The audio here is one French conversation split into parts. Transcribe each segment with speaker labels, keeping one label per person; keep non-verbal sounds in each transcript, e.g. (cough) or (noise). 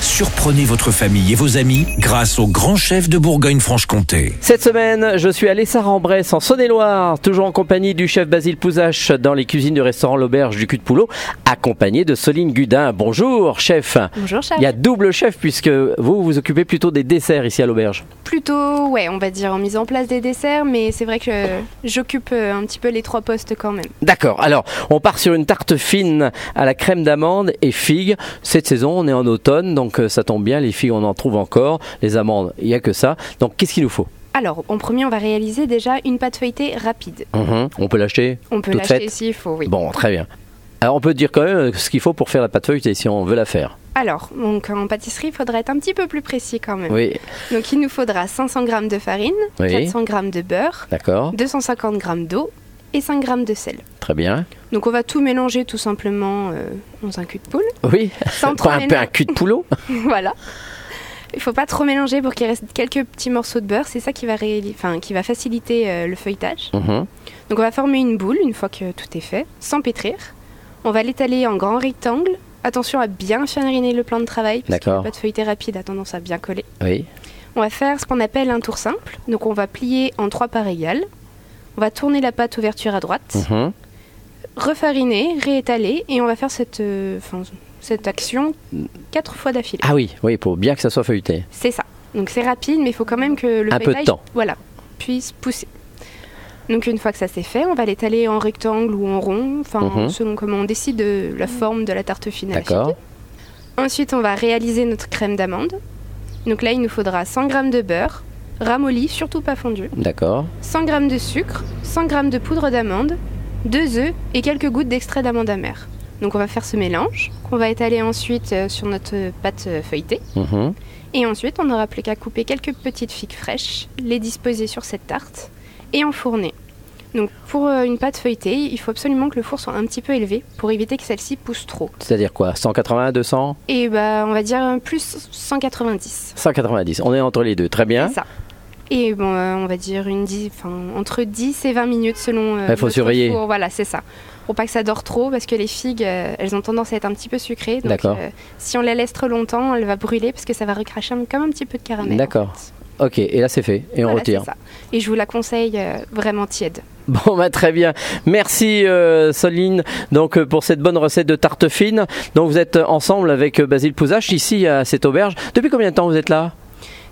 Speaker 1: Surprenez votre famille et vos amis grâce au grand chef de Bourgogne-Franche-Comté.
Speaker 2: Cette semaine, je suis à Lessard-en-Bresse, en Saône-et-Loire, toujours en compagnie du chef Basile Pouzache dans les cuisines du restaurant L'Auberge du Cul de Poulot, accompagné de Soline Gudin. Bonjour, chef.
Speaker 3: Bonjour Charles.
Speaker 2: Il y a double chef puisque vous vous occupez plutôt des desserts ici à l'auberge.
Speaker 3: Plutôt, ouais, on va dire en mise en place des desserts, mais c'est vrai que j'occupe euh, un petit peu les trois postes quand même.
Speaker 2: D'accord. Alors, on part sur une tarte fine à la crème d'amande et figues. Cette saison, on est en automne, donc euh, ça tombe bien. Les figues, on en trouve encore. Les amandes, il n'y a que ça. Donc, qu'est-ce qu'il nous faut
Speaker 3: Alors, en premier, on va réaliser déjà une pâte feuilletée rapide.
Speaker 2: On peut l'acheter
Speaker 3: On peut
Speaker 2: Toute
Speaker 3: l'acheter
Speaker 2: faite
Speaker 3: s'il faut, oui.
Speaker 2: Bon, très bien. Alors, on peut dire quand même euh, ce qu'il faut pour faire la pâte feuilletée si on veut la faire.
Speaker 3: Alors, donc en pâtisserie, il faudra être un petit peu plus précis quand même.
Speaker 2: Oui,
Speaker 3: Donc, il nous faudra 500 g de farine,
Speaker 2: Oui.
Speaker 3: 400 g de beurre,
Speaker 2: d'accord.
Speaker 3: 250 g d'eau et 5 g de sel.
Speaker 2: Très bien.
Speaker 3: Donc, on va tout mélanger tout simplement euh, dans un cul de poule,
Speaker 2: Oui,
Speaker 3: sans trop
Speaker 2: Quoi, un peu un cul de poulot
Speaker 3: voilà. Il faut pas trop mélanger pour qu'il reste quelques petits morceaux de beurre. C'est ça qui va, réali- enfin, qui va faciliter euh, le feuilletage.
Speaker 2: (laughs) Mhm.
Speaker 3: Donc on va former une boule une fois que tout est fait, sans pétrir. On va l'étaler en grand rectangle. Attention à bien fariner le plan de travail parce que
Speaker 2: D'accord.
Speaker 3: le pâte feuilleté rapide a tendance à bien coller.
Speaker 2: Oui,
Speaker 3: On va faire ce qu'on appelle un tour simple. Donc on va plier en trois parts égales. On va tourner la pâte ouverture à droite,
Speaker 2: Mhm.
Speaker 3: refariner, réétaler et on va faire cette, euh, enfin, cette action quatre fois d'affilée.
Speaker 2: Ah oui, oui, pour bien que ça soit feuilleté.
Speaker 3: C'est ça. Donc c'est rapide, mais il faut quand même que le
Speaker 2: Un peu de
Speaker 3: feuilletage,
Speaker 2: temps.
Speaker 3: voilà, puisse pousser. Donc une fois que ça c'est fait, on va l'étaler en rectangle ou en rond, enfin
Speaker 2: Mhm.
Speaker 3: selon comment on décide de la forme de la tarte finale.
Speaker 2: D'accord.
Speaker 3: Ensuite, on va réaliser notre crème d'amande. Donc là, il nous faudra 100 g de beurre, ramolli, surtout pas fondu,
Speaker 2: D'accord.
Speaker 3: 100 g de sucre, 100 g de poudre d'amande, 2 œufs et quelques gouttes d'extrait d'amande amère. Donc on va faire ce mélange, qu'on va étaler ensuite euh, sur notre pâte euh, feuilletée.
Speaker 2: Mhm.
Speaker 3: Et ensuite, on n'aura plus qu'à couper quelques petites figues fraîches, les disposer sur cette tarte et enfourner. Donc pour euh, une pâte feuilletée, il faut absolument que le four soit un petit peu élevé pour éviter que celle-ci pousse trop.
Speaker 2: C'est-à-dire quoi 180, 200
Speaker 3: Et bah on va dire euh, plus 190.
Speaker 2: 190. On est entre les deux. Très bien.
Speaker 3: C'est ça. Et bon, euh, on va dire une dix- enfin, entre 10 et 20 minutes selon. euh,
Speaker 2: Ouais, faut
Speaker 3: notre
Speaker 2: surveiller.
Speaker 3: four. Voilà, c'est ça. Pour pas que ça dort trop, parce que les figues, euh, elles ont tendance à être un petit peu sucrées. Donc,
Speaker 2: D'accord.
Speaker 3: euh, si on les laisse trop longtemps, elle va brûler parce que ça va recracher un- comme un petit peu de caramel. en
Speaker 2: D'accord.
Speaker 3: fait.
Speaker 2: Ok, et là c'est fait. Et on
Speaker 3: Voilà,
Speaker 2: retire.
Speaker 3: c'est ça. Et je vous la conseille euh, vraiment tiède.
Speaker 2: (laughs) Bon, bah très bien. Merci euh, Soline donc, euh, pour cette bonne recette de tarte fine. Donc vous êtes ensemble avec euh, Basile Pouzache ici à cette auberge. Depuis combien de temps vous êtes là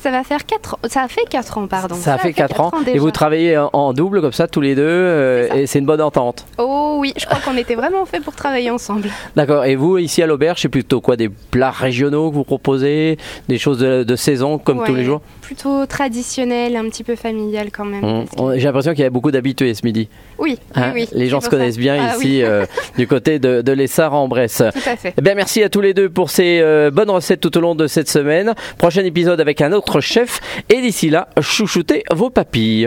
Speaker 3: Ça va faire 4 ça a fait 4 ans pardon.
Speaker 2: Ça a fait 4 ans.
Speaker 3: déjà.
Speaker 2: Et vous travaillez en, en double comme ça tous les deux. euh,
Speaker 3: C'est ça.
Speaker 2: et c'est une bonne entente.
Speaker 3: Oh oui, je crois qu'on était vraiment fait pour travailler ensemble.
Speaker 2: D'accord. Et vous ici à l'auberge, c'est plutôt quoi Des plats régionaux que vous proposez Des choses de, de saison comme tous
Speaker 3: Ouais,
Speaker 2: les jours
Speaker 3: Plutôt traditionnel, un petit peu familial quand même.
Speaker 2: On-
Speaker 3: parce que-
Speaker 2: Mmh. on- J'ai l'impression qu'il y avait beaucoup d'habitués ce midi.
Speaker 3: Oui,
Speaker 2: hein.
Speaker 3: oui, oui,
Speaker 2: les gens
Speaker 3: c'est
Speaker 2: se
Speaker 3: pour ça.
Speaker 2: connaissent bien
Speaker 3: Ah oui,
Speaker 2: ici
Speaker 3: (laughs)
Speaker 2: euh, du côté de, de l'Essard en Bresse.
Speaker 3: tout à fait.
Speaker 2: Eh bien, merci à tous les deux pour ces euh, bonnes recettes tout au long de cette semaine. Prochain épisode avec un autre chef. Et d'ici là, chouchoutez vos papilles.